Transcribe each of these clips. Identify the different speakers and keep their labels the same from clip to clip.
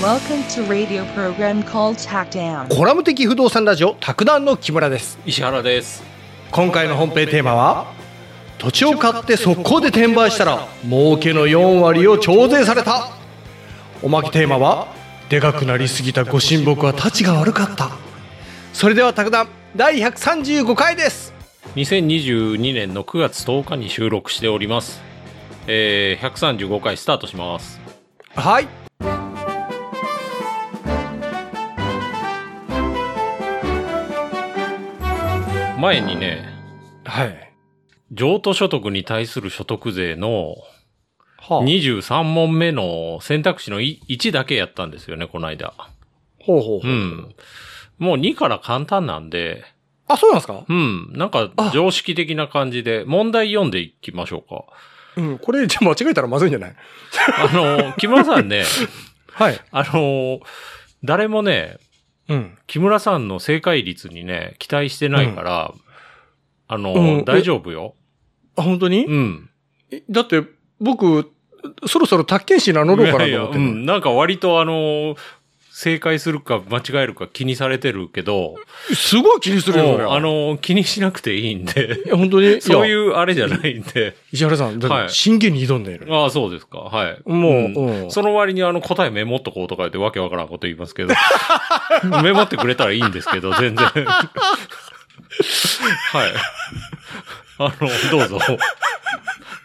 Speaker 1: Welcome to radio program called Hackdown.
Speaker 2: コラム的不動産ラジオ卓談の木村です
Speaker 3: 石原です
Speaker 2: 今回の本編テーマは土地を買って速攻で転売したら儲けの4割を徴税されたおまけテーマはでかくなりすぎたご神木は太刀が悪かったそれでは卓談第135回です
Speaker 3: 2022年の9月10日に収録しておりますえー、135回スタートします
Speaker 2: はい
Speaker 3: 前にね
Speaker 2: はい、
Speaker 3: 譲渡所得に対する所得税の
Speaker 2: はあ、
Speaker 3: 23問目の選択肢のい1だけやったんですよねこの間
Speaker 2: ほうほうほ
Speaker 3: う
Speaker 2: う、
Speaker 3: んもう2から簡単なんで
Speaker 2: あそうなんですか
Speaker 3: うんなんか
Speaker 2: あ
Speaker 3: 常識的な感じで問題読んでいきましょうか
Speaker 2: うんこれじゃあ間違えたらまずいんじゃない
Speaker 3: あの木村さ んね
Speaker 2: はい
Speaker 3: あの誰もね
Speaker 2: うん
Speaker 3: 木村さんの正解率にね、期待してないから、あの、
Speaker 2: うん
Speaker 3: 大丈夫よ。
Speaker 2: あ本当に、
Speaker 3: うん。
Speaker 2: えだって僕そろそろ宅建士名乗ろうかなと思ってる
Speaker 3: いやいやうん。なんか割とあの、正解するか間違えるか気にされてるけど、
Speaker 2: すごい気にするよ、
Speaker 3: もう
Speaker 2: 俺は
Speaker 3: あの、気にしなくていいんで、
Speaker 2: いや、本当に、
Speaker 3: そう
Speaker 2: う。
Speaker 3: いうあれじゃないんで。
Speaker 2: 石原さん、だって
Speaker 3: はい
Speaker 2: 真剣に挑んでいる。
Speaker 3: ああ、そうですか。はい。
Speaker 2: もう、
Speaker 3: ん
Speaker 2: うん
Speaker 3: その割にあの答えメモっとこうとか言ってわけわからんこと言いますけど、 メモってくれたらいいんですけど、全然。 はい。あの、どうぞ。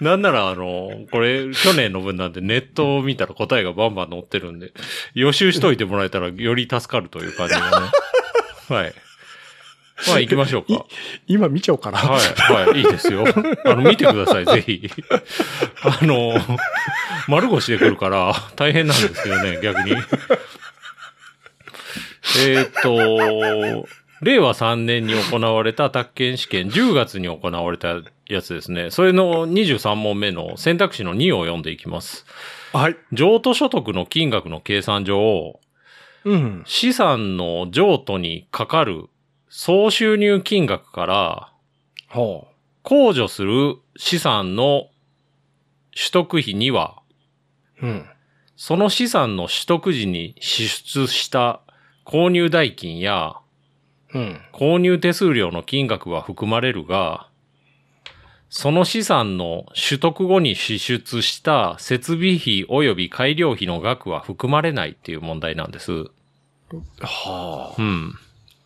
Speaker 3: なんならあの、これ、去年の分なんでネットを見たら答えがバンバン載ってるんで、予習しといてもらえたらより助かるという感じがね。はい。まあ行きましょうか。
Speaker 2: 今見ちゃおうかな。
Speaker 3: はい、はい、いいですよ。あの、見てください、ぜひ。あの、丸腰で来るから大変なんですけどね、逆に。えーっと、令和3年に行われた宅建試験、10月に行われたやつですね。それの23問目の選択肢の2を読んでいきます。
Speaker 2: はい。
Speaker 3: 譲渡所得の金額の計算上、
Speaker 2: うん。
Speaker 3: 資産の譲渡にかかる総収入金額から、
Speaker 2: は
Speaker 3: 控除する資産の取得費には、
Speaker 2: あ。うん。
Speaker 3: その資産の取得時に支出した購入代金や
Speaker 2: うん。
Speaker 3: 購入手数料の金額は含まれるが、その資産の取得後に支出した設備費及び改良費の額は含まれないっていう問題なんです。
Speaker 2: はあ。
Speaker 3: うん。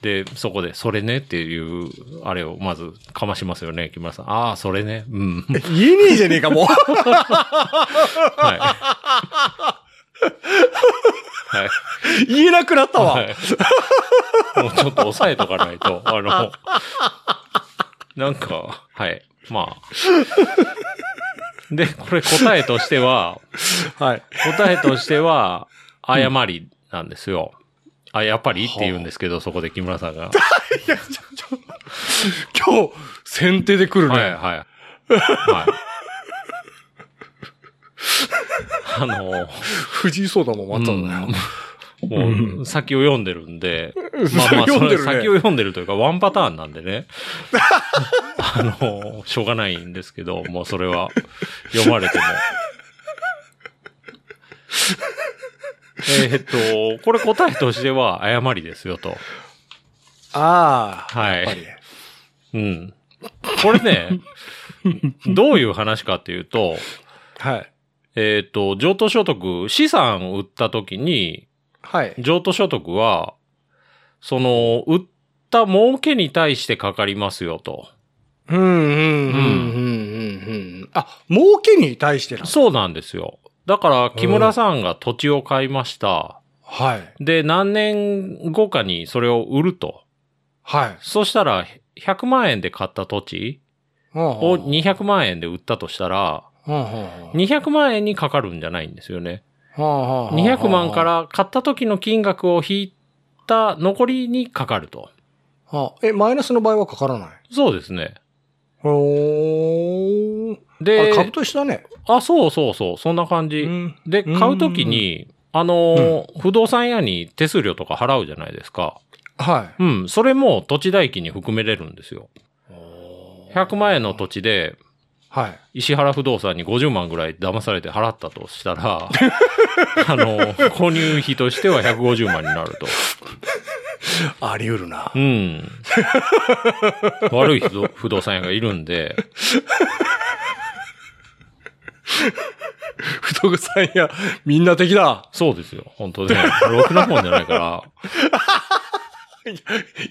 Speaker 3: で、そこで、それねっていう、あれをまずかましますよね、木村さん。ああ、それね。うん。
Speaker 2: 言えねえじゃねえか、 もう。
Speaker 3: はい。はい。
Speaker 2: 言えなくなったわ。
Speaker 3: はいもうちょっと抑えとかないと、あの、なんか、はい。まあ。で、これ答えとしては、
Speaker 2: はい。
Speaker 3: 答えとしては、誤りなんですよ。あ、やっぱりって言うんですけど、そこで木村さんが。
Speaker 2: 今日、先手で来るね。
Speaker 3: はい、 はい。はい。あの、
Speaker 2: 藤井聡太も待ったんだよ。
Speaker 3: もう、先を読んでるん で、まあまあ、
Speaker 2: 読
Speaker 3: そ
Speaker 2: んで
Speaker 3: れ
Speaker 2: るね
Speaker 3: 先を読んでるというか、ワンパターンなん でね。あの、しょうがないんですけど、もうそれは、読まれても。えーっと、これ答えとしては、誤りですよと。
Speaker 2: ああ。
Speaker 3: は
Speaker 2: や
Speaker 3: い
Speaker 2: っぱり。
Speaker 3: うん。これね、どういう話かっていうと、
Speaker 2: はい。
Speaker 3: えーっと、譲渡所得、資産を売った時に、
Speaker 2: はい。
Speaker 3: 譲渡所得は、その、売った儲けに対してかかりますよと。
Speaker 2: うんうんうんうんうんうん。あ、儲けに対してなの
Speaker 3: そうなんですよ。だから、木村さんが土地を買いました。
Speaker 2: はい。
Speaker 3: で、何年後かにそれを売ると。
Speaker 2: はい。
Speaker 3: そしたら、100万円で買った土地を
Speaker 2: に、
Speaker 3: 200万円で売ったとしたら、200万円にかかるんじゃないんですよね。200
Speaker 2: 200
Speaker 3: 万か。ら買った時の金額を引いた残りにかかると。
Speaker 2: はあえ、マイナスの場合はかからない。
Speaker 3: そうですね。
Speaker 2: おー。あ
Speaker 3: で
Speaker 2: れ、株と一緒だね。
Speaker 3: あ、そうそうそう、そんな感じ。
Speaker 2: うん
Speaker 3: で、
Speaker 2: うん
Speaker 3: 買うときに、あのー不動産屋に手数料とか払うじゃないですか。
Speaker 2: は
Speaker 3: うん、それも土地代金に含めれるんですよ。
Speaker 2: い。
Speaker 3: 100万円の土地で、
Speaker 2: はい。
Speaker 3: 石原不動産に50万ぐらい騙されて払ったとした ら、あの、購入費としては150万になると。
Speaker 2: あり得るな
Speaker 3: う。ん。悪い不動不動産屋がいるんで、
Speaker 2: 不動産屋、みんな敵だ。
Speaker 3: そうですよ。本当ね。ろくなもんじゃないから。
Speaker 2: い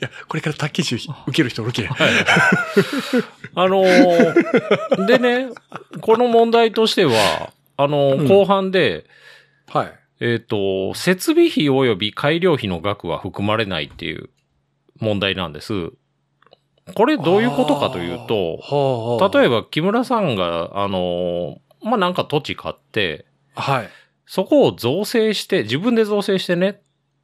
Speaker 2: や、これからタッキー受ける人おるけ。
Speaker 3: あのーでね、この問題としては、あのー
Speaker 2: うん
Speaker 3: 後半で、
Speaker 2: はい。
Speaker 3: えっ、と、設備費及び改良費の額は含まれないっていう問題なんです。これどういうことかというと、
Speaker 2: と
Speaker 3: 例
Speaker 2: え
Speaker 3: えば木村さんが、あのーまあ、なんか土地買って、
Speaker 2: ば、はい。
Speaker 3: そこを造成して、自分で造成してね、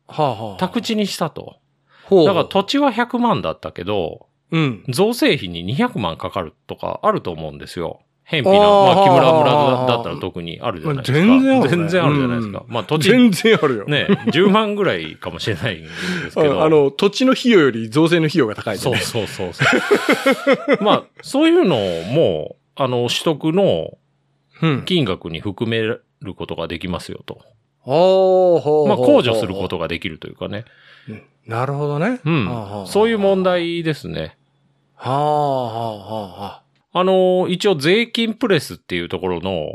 Speaker 2: はあはあ
Speaker 3: 宅地にしたと。
Speaker 2: ほう
Speaker 3: だから土地は100万だったけど、
Speaker 2: うん。
Speaker 3: 造成費に200万かかるとかあると思うんですよ。偏僻な、
Speaker 2: あー
Speaker 3: まあ、木村村だったら特にあるじゃないですか。
Speaker 2: 全然あるね
Speaker 3: 全然あるじゃないですか。まあ、土地、ね、
Speaker 2: 全然あるよ。
Speaker 3: 10万ぐらいかもしれないんですけ ど。
Speaker 2: ああの、土地の費用より造成の費用が高い、ね。
Speaker 3: そうそうそうそう。まあ、そういうのも、あの、取得の
Speaker 2: うん。
Speaker 3: 金額に含めることができますよと。
Speaker 2: ほうほう
Speaker 3: まあ、
Speaker 2: ほう
Speaker 3: 控除することができるというかね。
Speaker 2: なるほどね。
Speaker 3: う
Speaker 2: はあはあは
Speaker 3: ん。
Speaker 2: あ
Speaker 3: そういう問。題ですね。
Speaker 2: はあ、はあ、は
Speaker 3: あの、一応税金プレスっていうところの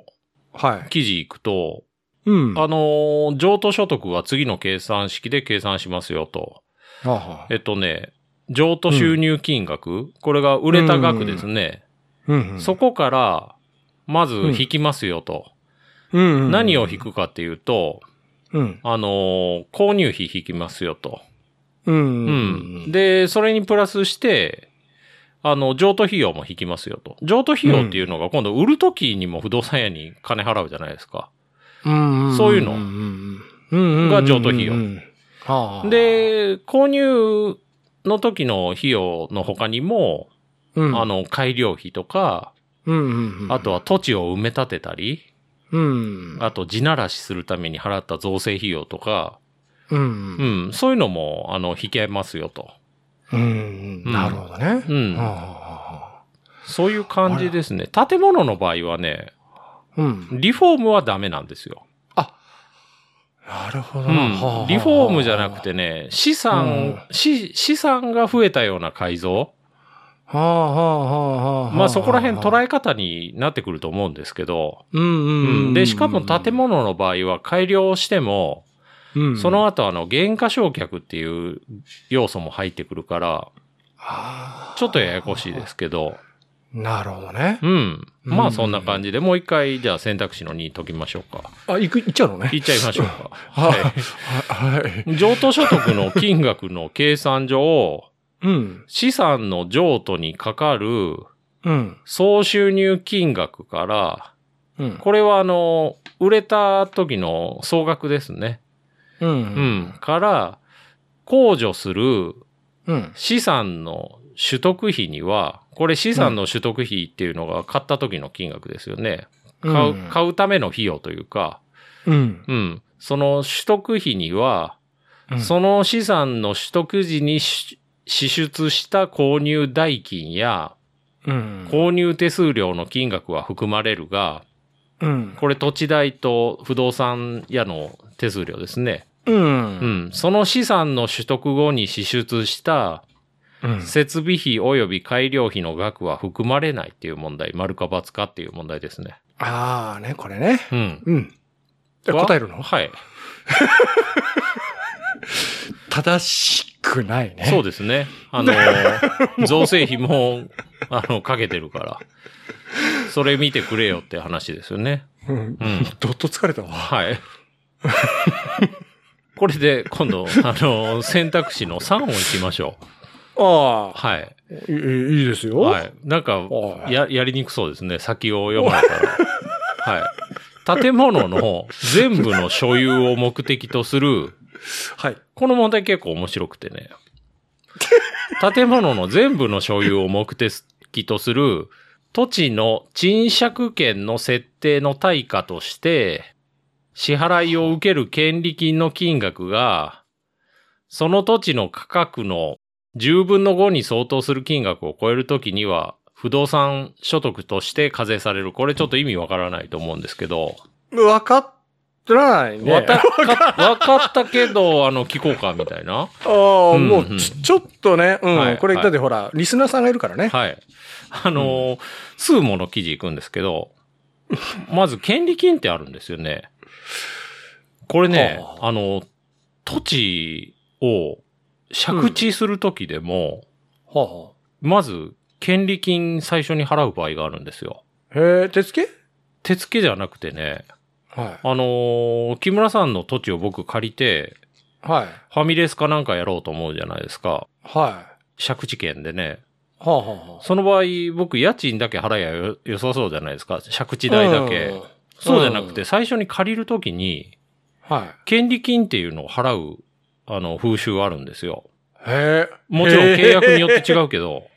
Speaker 2: あ、はい。
Speaker 3: 記事行くと、
Speaker 2: うん
Speaker 3: あの、譲渡所得は次の計算式で計算しますよと。
Speaker 2: はあはあ
Speaker 3: えっとね、譲渡収入金額、これが売れた額ですね。
Speaker 2: うんうん
Speaker 3: そこから、まず引きますよと。
Speaker 2: うんうん
Speaker 3: 何を引くかっていうと、
Speaker 2: うん。
Speaker 3: あの、購入費引きますよと。
Speaker 2: う。
Speaker 3: うんん。、で、それにプラスして、あの、譲渡費用も引きますよと。譲渡費用っていうのが今度売るときにも不動産屋に金払うじゃないですか。そういうの
Speaker 2: の
Speaker 3: が譲渡費用。
Speaker 2: はあ、、
Speaker 3: で、購入の時の費用の他にも、
Speaker 2: うん、
Speaker 3: あ、の、改良費とか、
Speaker 2: うんうんうん、
Speaker 3: あとは、土地を埋め立てたり、
Speaker 2: うん。
Speaker 3: あと地ならしするために払った造成費用とか、
Speaker 2: うん
Speaker 3: う。ん、そういうのも、あの、引けますよと。
Speaker 2: うん。なるほどね。
Speaker 3: う
Speaker 2: はあは
Speaker 3: ん。
Speaker 2: あは
Speaker 3: そういう感じですね。建物の場合はね、
Speaker 2: あうん。
Speaker 3: リフォームはダメなんですよ。
Speaker 2: なるほど
Speaker 3: う
Speaker 2: な、
Speaker 3: ん
Speaker 2: はあはあはあ
Speaker 3: リフォームじゃなくてね、資
Speaker 2: うん
Speaker 3: 産、資資産が増えたような改造。
Speaker 2: はあはあはあはあ。
Speaker 3: まあそこら辺
Speaker 2: え、
Speaker 3: 捉え方になってくると思うんですけど、
Speaker 2: うんうんうんうん、
Speaker 3: で、しかも建物の場合は改良しても、
Speaker 2: 物
Speaker 3: その、後あの、減価償却っていう要素も入ってくるから、
Speaker 2: はあ
Speaker 3: ちょっとややこしいで。すけど、
Speaker 2: なるほどね
Speaker 3: う。ん。ま
Speaker 2: う
Speaker 3: あ
Speaker 2: ん
Speaker 3: そんな感じで、もう一回、じゃあ選択肢の2解きましょうか。
Speaker 2: あ、行く、行っちゃうのね。
Speaker 3: いっちゃいましょうか。
Speaker 2: は
Speaker 3: はい
Speaker 2: はい。
Speaker 3: い。譲渡所得の金額の計算上、
Speaker 2: うん。
Speaker 3: 資産の譲渡にかかる
Speaker 2: うん。
Speaker 3: 総収入金額から、
Speaker 2: うん。
Speaker 3: これはあの、売れた時の総額ですね。
Speaker 2: う。
Speaker 3: うんん。から、控除する
Speaker 2: うん。
Speaker 3: 資産の取得費には、これ資産の取得費っていうのが買った時の金額ですよね。買う、買うための費用というか、
Speaker 2: うん。
Speaker 3: うん。その取得費には、
Speaker 2: うん。
Speaker 3: その資産の取得時にし支出した購入代金や、
Speaker 2: うん。
Speaker 3: 購入手数料の金額は含まれるが、
Speaker 2: うん。
Speaker 3: これ土地代と不動産屋の手数料ですね。
Speaker 2: うん。
Speaker 3: う。ん。その資産の取得後に支出した
Speaker 2: うん。
Speaker 3: 設備費及び改良費の額は含まれないっていう問題、丸か×かっていう問題ですね。
Speaker 2: ああ、ね、これね。
Speaker 3: うん。
Speaker 2: うん。え答えるの
Speaker 3: はい。
Speaker 2: 正しくないね。
Speaker 3: そうですね。あの ー、造成費も、あの、かけてるから。それ見てくれよって話ですよね。
Speaker 2: うん
Speaker 3: う。ん。
Speaker 2: どっと疲れたわ。
Speaker 3: はい。 これで、今度、あのー、選択肢の3を行きましょう。
Speaker 2: ああ、
Speaker 3: はい。
Speaker 2: いいいいですよ。
Speaker 3: はい。なんか、
Speaker 2: おい
Speaker 3: や、やりにくそうですね。先を読まれた ら。はい。建物の全部の所有を目的とする、
Speaker 2: はい。
Speaker 3: この問題結構面白くてね。 建物の全部の所有を目的とする、土地の賃借権の設定の対価として、支払いを受ける権利金の金額が、その土地の価格の10分の5に相当する金額を超えるときには、不動産所得として課税される。これちょっと意味わからないと思うんですけど。
Speaker 2: わかってないね。
Speaker 3: わたかわかったけど、あの、聞こうか、みたいな。
Speaker 2: ああ、
Speaker 3: うん
Speaker 2: もう
Speaker 3: うん
Speaker 2: ち、ちょっとね、うん、
Speaker 3: はい
Speaker 2: これ、
Speaker 3: はい
Speaker 2: だってほら、リスナーさんがいるからね。
Speaker 3: はい。あのー、スーモの記事行くんですけど、まず権利金ってあるんですよね。これね、
Speaker 2: は
Speaker 3: あの、土地を借地するときでも、
Speaker 2: はあは
Speaker 3: まず、権利金最初に払う場合があるんですよ。
Speaker 2: あ、へえ、手付け
Speaker 3: 手付けじゃなくてね、
Speaker 2: は
Speaker 3: あのー木村さんの土地を僕借りて、
Speaker 2: い。はい。
Speaker 3: ファミレスかなんかやろうと思うじゃないですか。
Speaker 2: はい。
Speaker 3: 借地権でね。
Speaker 2: はあはあはあ。
Speaker 3: その場合、僕、家賃だけ払えばよ良さそうじゃないですか。借地代だけ。
Speaker 2: うん
Speaker 3: そうじゃなく
Speaker 2: う
Speaker 3: て、
Speaker 2: ん
Speaker 3: 最初に借りるときに、
Speaker 2: は
Speaker 3: 権利金っていうのを払う、あの、風習があるんですよ。
Speaker 2: い。へえ。
Speaker 3: もちろん
Speaker 2: へえ
Speaker 3: 契約によって違うけど、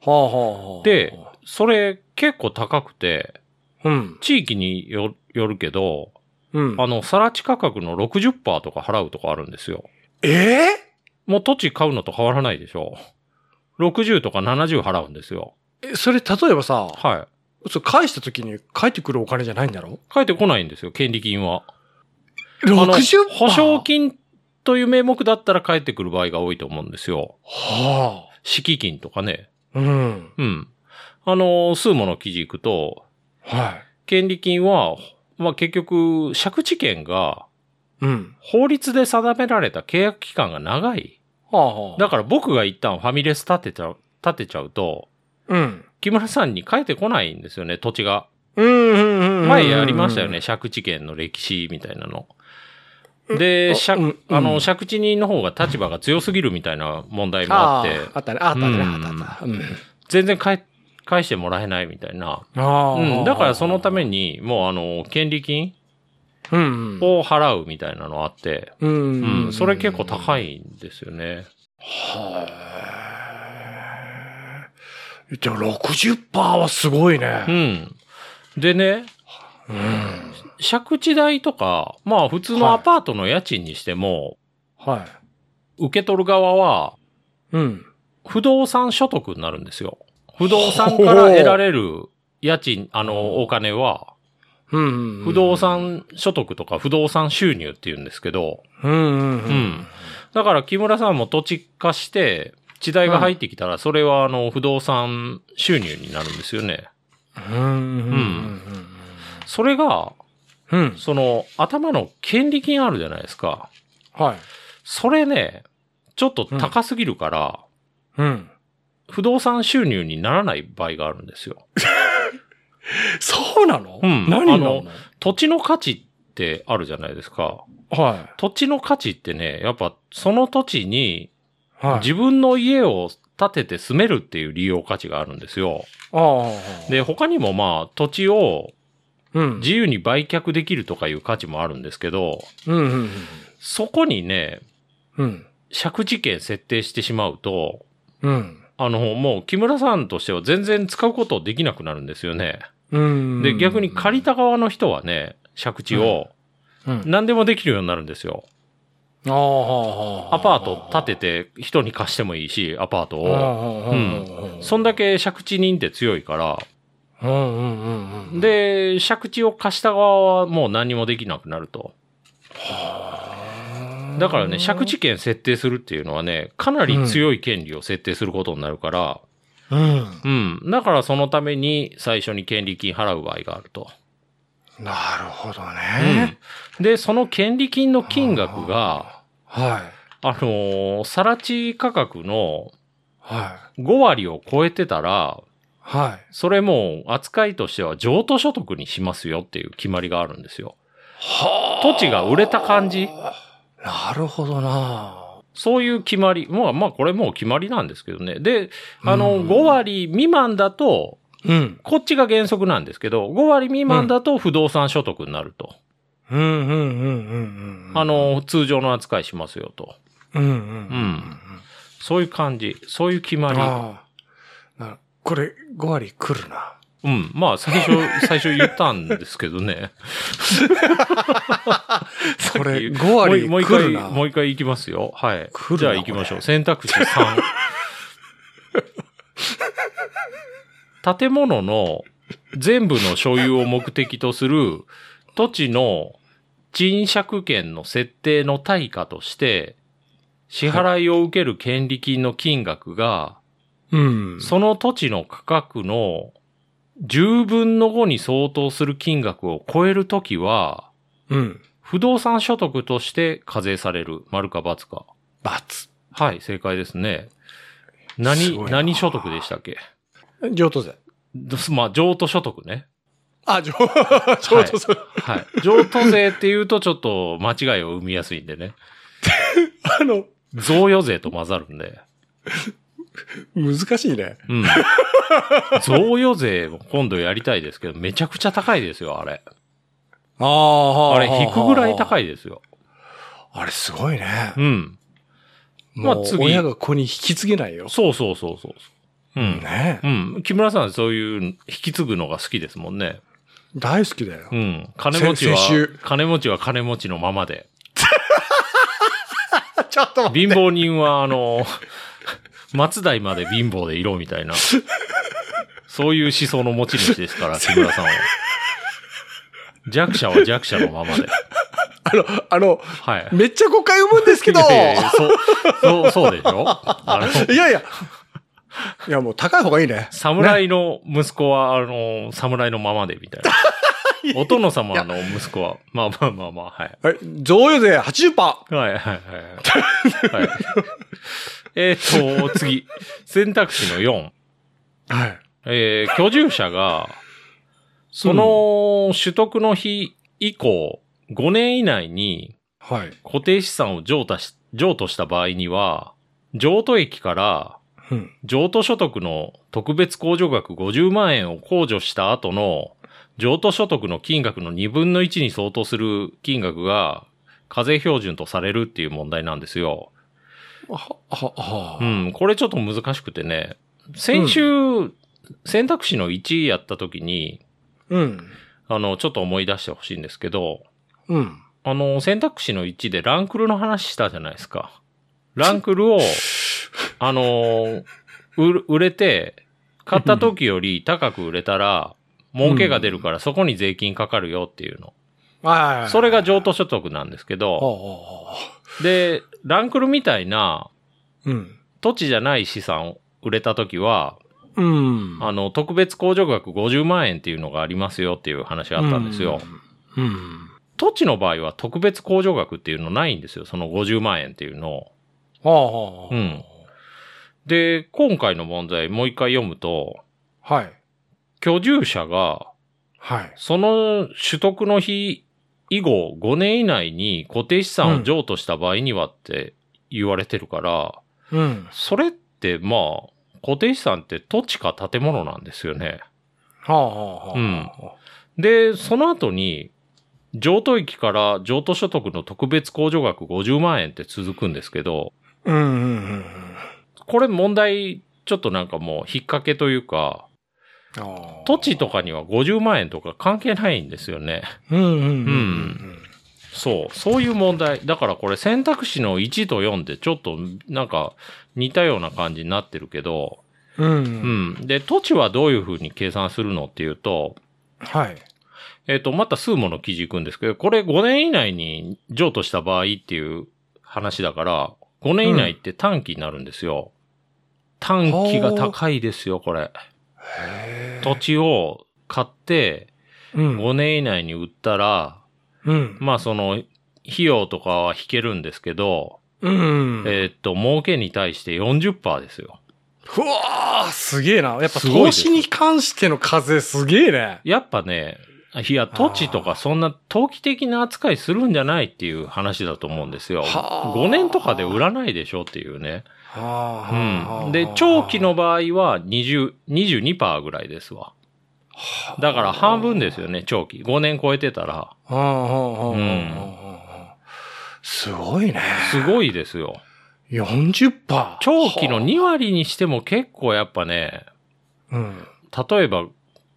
Speaker 2: はあはあはあ。
Speaker 3: で、それ結構高くて、
Speaker 2: うん。
Speaker 3: 地域によよるけど、
Speaker 2: うん。
Speaker 3: あの、更地価格の60%とか払うとかあるんですよ。
Speaker 2: ええ
Speaker 3: もう土地買うのと変わらないでしょ。60とか70払うんですよ。
Speaker 2: えそれ、例えばさ、
Speaker 3: は
Speaker 2: そう返した時に返ってくるお金じゃないんだろ
Speaker 3: い。返ってこないんですよ、権利金は。あの
Speaker 2: ?60%?
Speaker 3: 保証金という名目だったら返ってくる場合が多いと思うんですよ。
Speaker 2: は
Speaker 3: 敷金とかね。
Speaker 2: あ。うん。
Speaker 3: うん。あの、スーモの記事行くと、
Speaker 2: は
Speaker 3: 権利金は、まあ、結局、借地権が
Speaker 2: い。うん。
Speaker 3: 法律で定められた契約期間が長い。
Speaker 2: はあはあ。
Speaker 3: だから僕が一旦ファミレス建てちゃう、建てちゃうと、
Speaker 2: うん。
Speaker 3: 木村さんに返ってこないんですよね、土地が。
Speaker 2: うんうんうんうん。
Speaker 3: 前やりましたよね、。借地権の歴史みたいなの。で、
Speaker 2: う
Speaker 3: 借
Speaker 2: ん、
Speaker 3: あ
Speaker 2: う
Speaker 3: の、
Speaker 2: ん
Speaker 3: 借地人の方が立場が強すぎるみたいな問題もあ
Speaker 2: あ
Speaker 3: って、
Speaker 2: あ、あったね。あったね。
Speaker 3: うん
Speaker 2: あったあった。うん
Speaker 3: 全然返、返してもらえないみたいな。う
Speaker 2: ああ
Speaker 3: ん。だからそのために、もうあの、権利金
Speaker 2: うん
Speaker 3: を払うみたいなのあって、
Speaker 2: う
Speaker 3: うんん。それ結構高
Speaker 2: い。
Speaker 3: いんですよね。
Speaker 2: はあ。でも60%はすごいね
Speaker 3: う。ん。でね、
Speaker 2: うん。
Speaker 3: 借地代とか、まあ普通のアパートの家賃にしても、
Speaker 2: はい。
Speaker 3: 受け取る側は、
Speaker 2: うん。
Speaker 3: 不動産所得になるんですよ。不動産から得られる家賃、あの、お金は、
Speaker 2: うんうん。
Speaker 3: 不動。産所得とか不動産収入って言うんですけど、
Speaker 2: うんうんう
Speaker 3: うんん。だから木村さんも土地化して、地代が入ってきたら、それはあの、不動産収入になるんですよね。
Speaker 2: うんうん
Speaker 3: それが、
Speaker 2: うん。うん。
Speaker 3: その、頭の権利金あるじゃないですか。
Speaker 2: はい。
Speaker 3: それね、ちょっと高すぎるから、
Speaker 2: うん。
Speaker 3: 不動産収入にならない場合があるんですよ。
Speaker 2: そうなの
Speaker 3: うん
Speaker 2: 何なの
Speaker 3: 土地の価値ってあるじゃないですか。
Speaker 2: は
Speaker 3: 土地の価値ってね、やっぱその土地に
Speaker 2: い。はい。
Speaker 3: 自分の家を建てて住めるっていう利用価値があるんですよ。
Speaker 2: ああ。
Speaker 3: で、他にもまあ土地を
Speaker 2: うん。
Speaker 3: 自由に売却できるとかいう価値もあるんですけど、
Speaker 2: うんうんうん。
Speaker 3: そこにね、
Speaker 2: うん。
Speaker 3: 借地権設定してしまうと、
Speaker 2: うん。
Speaker 3: あの、もう木村さんとしては全然使うことできなくなるんですよね。
Speaker 2: うん。
Speaker 3: で、逆に借りた側の人はね、借地を
Speaker 2: うん。
Speaker 3: 何でもできるようになるんですよ。
Speaker 2: ああ。
Speaker 3: アパート建てて人に貸してもいいし、アパート
Speaker 2: あ
Speaker 3: を。
Speaker 2: あうん
Speaker 3: そんだけ借地人って強いから、
Speaker 2: うんうんうんうん。、
Speaker 3: で、借地を貸した側はもう何もできなくなると。だからね、借地権設定するっていうのはね、かなり強い権利を設定することになるから、
Speaker 2: うん。
Speaker 3: うん。だからそのために最初に権利金払う場合があると。
Speaker 2: なるほど
Speaker 3: うん
Speaker 2: ね。
Speaker 3: で、その権利金の金額が、
Speaker 2: はい。
Speaker 3: あのー、さら地価格の
Speaker 2: はい。
Speaker 3: 5割を超えてたら、
Speaker 2: はい。
Speaker 3: それもう扱いとしては譲渡所得にしますよっていう決まりがあるんですよ。
Speaker 2: は
Speaker 3: 土地が売れた感じ
Speaker 2: なるほどな
Speaker 3: そういう決まり。まあまあこれもう決まりなんですけどね。で、あの、
Speaker 2: うん
Speaker 3: 5割未満だと、
Speaker 2: うん。
Speaker 3: こっちが原則なんですけど、5割未満だと不動産所得になると。
Speaker 2: うんうんうんうんうん。
Speaker 3: あ、の、通常の扱いしますよと。
Speaker 2: うんうん
Speaker 3: うん。そういう感じ。そういう決まり。
Speaker 2: ああ。なるこれ、5割来るな。
Speaker 3: うん。まあ、最 初、最初言ったんですけどね。
Speaker 2: これ、
Speaker 3: さっき
Speaker 2: 5割
Speaker 3: もう一
Speaker 2: 来
Speaker 3: 回、
Speaker 2: るな。
Speaker 3: もう一回行きますよ。はい
Speaker 2: 来る。な
Speaker 3: じゃあ行きましょう。選択肢3。建物の全部の所有を目的とする土地の賃借権の設定の対価として、支払いを受ける権利金の金額が、
Speaker 2: うん。
Speaker 3: その土地の価格の10分の5に相当する金額を超えるときは、
Speaker 2: うん。
Speaker 3: 不動産所得として課税される。丸か×か。
Speaker 2: 罰。
Speaker 3: はい、正解ですね。
Speaker 2: す
Speaker 3: 何
Speaker 2: ご、いな
Speaker 3: 何所得でしたっけ
Speaker 2: 譲渡税。
Speaker 3: どすまあ、譲渡所得ね。
Speaker 2: あ、譲譲渡税。
Speaker 3: はい。譲渡税って言うとちょっと間違いを生みやすいんでね。
Speaker 2: あの、
Speaker 3: 贈与税と混ざるんで。
Speaker 2: 難しいね。
Speaker 3: うん。贈与税も今度やりたいですけど、めちゃくちゃ高いですよ、あれ。
Speaker 2: ああ、
Speaker 3: あれ、引くぐらい高
Speaker 2: い。
Speaker 3: いですよ。
Speaker 2: あれ、すごいね。
Speaker 3: うん。まあ
Speaker 2: もう
Speaker 3: 次
Speaker 2: 親が子に引き継げないよ。
Speaker 3: そうそうそうそうそう。うん。
Speaker 2: ね
Speaker 3: うん。木村さん、そういう、引き継ぐのが好きですもんね。
Speaker 2: 大好きだよ
Speaker 3: う。ん。金持ちは
Speaker 2: 先々週、
Speaker 3: 金持ちは金持ちのままで。
Speaker 2: ちょっと待って
Speaker 3: 貧乏人は、あの、 松代まで貧乏でいろみたいな。そういう思想の持ち主です から、木村さんは。弱者は弱者のままで。
Speaker 2: あの、あの、
Speaker 3: はい。
Speaker 2: めっちゃ誤解生むんですけど、
Speaker 3: いやいやそう、そう、そうでしょあの、
Speaker 2: いやいや。いや、もう高い方がいいね。
Speaker 3: 侍の息子は、あの、侍のままで、みたいな。お殿様の息子は、まあまあまあまあ、はい。
Speaker 2: はい。贈与税80%。
Speaker 3: はいはいはいはい。はい、えーっと、次。選択肢の4。
Speaker 2: はい。
Speaker 3: えー居住者が、その取得の日以降、5年以内に
Speaker 2: はい。
Speaker 3: 固定資産を譲渡し、譲渡した場合には、譲渡益から
Speaker 2: うん。
Speaker 3: 譲渡所得の特別控除額50万円を控除した後の譲渡所得の金額の2分の1に相当する金額が課税標準とされるっていう問題なんですよ。
Speaker 2: は、は、は。
Speaker 3: うん、これちょっと難しくてね。先週、選択肢の1やった時に、
Speaker 2: うん。
Speaker 3: あの、ちょっと思い出してほしいんですけど、
Speaker 2: うん。
Speaker 3: あの、選択肢の1でランクルの話したじゃないですか。ランクルを、あの、売る売れて、買った時より高く売れたら、儲けが出るからそこに税金かかるよっていうの。
Speaker 2: はい。
Speaker 3: それが譲渡所得なんですけ
Speaker 2: はあ
Speaker 3: ど、
Speaker 2: はあはあ
Speaker 3: で、ランクルみたいな
Speaker 2: うん。
Speaker 3: 土地じゃない資産を売れた時は、
Speaker 2: うん。
Speaker 3: あの、特別控除額50万円っていうのがありますよっていう話があったんですよ。
Speaker 2: うん。うん。
Speaker 3: 土地の場合は特別控除額っていうのないんですよ。その50万円っていうのを。
Speaker 2: はあはあ。
Speaker 3: うん。で、今回の問題もう一回読むと、
Speaker 2: はい。
Speaker 3: 居住者が
Speaker 2: はい。
Speaker 3: その取得の日以後5年以内に固定資産を譲渡した場合にはって言われてるから、
Speaker 2: うん。
Speaker 3: それってまあ、固定資産って土地か建物なんですよね。
Speaker 2: はあはあはあ。
Speaker 3: うんで、その後に、譲渡益から譲渡所得の特別控除額50万円って続くんですけど、
Speaker 2: うんうんうんうん。
Speaker 3: これ問題、ちょっとなんかもう引っ掛けというか、
Speaker 2: あー
Speaker 3: 土地とかには50万円とか関係ないんですよね。
Speaker 2: うんうんうん
Speaker 3: そう、そういう問題。だからこれ選択肢の1と4でちょっとなんか似たような感じになってるけど、
Speaker 2: うん。うんう。
Speaker 3: うんん。で、土地はどういうふうに計算するのっていうと、
Speaker 2: はい。
Speaker 3: えっ、と、また数もの記事いくんですけど、これ5年以内に譲渡した場合っていう話だから、5年以内って短期になるんですよ。短期が高いですよ、これ。
Speaker 2: へ
Speaker 3: 土地を買って、
Speaker 2: ーうん。
Speaker 3: 5年以内に売ったら、
Speaker 2: うん。
Speaker 3: まあその、費用とかは引けるんですけど、
Speaker 2: うん。
Speaker 3: えーっと、儲けに対して40%ですよ。
Speaker 2: うわー、すげえな。やっぱ
Speaker 3: すごいで
Speaker 2: 投
Speaker 3: す
Speaker 2: 資に関しての風すげえね。
Speaker 3: やっぱね、いや、土地とかそんな投機的な扱いするんじゃないっていう話だと思うんですよ。
Speaker 2: はあ
Speaker 3: 5年とかで売らないでしょっていうね。
Speaker 2: は
Speaker 3: うん。で、長期の、場合は20、22%ぐらいですわ。だから半分ですよね、長期。5年超えてたら。
Speaker 2: はあはあはあはあはあ
Speaker 3: うん
Speaker 2: すごいね。
Speaker 3: すごいですよ。
Speaker 2: 40%。
Speaker 3: 長期の2割にしても結構やっぱね、
Speaker 2: うん。
Speaker 3: 例えば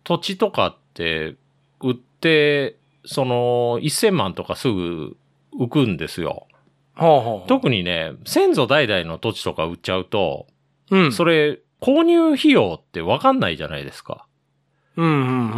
Speaker 3: 土地とかって売ってその1000万とかすぐ浮くんですよ。
Speaker 2: はあはあ。
Speaker 3: 特にね、先祖代々の土地とか売っちゃうと、
Speaker 2: うん。
Speaker 3: そ
Speaker 2: れ、
Speaker 3: れ購入費用ってわかんないじゃないですか。
Speaker 2: うんうんうんう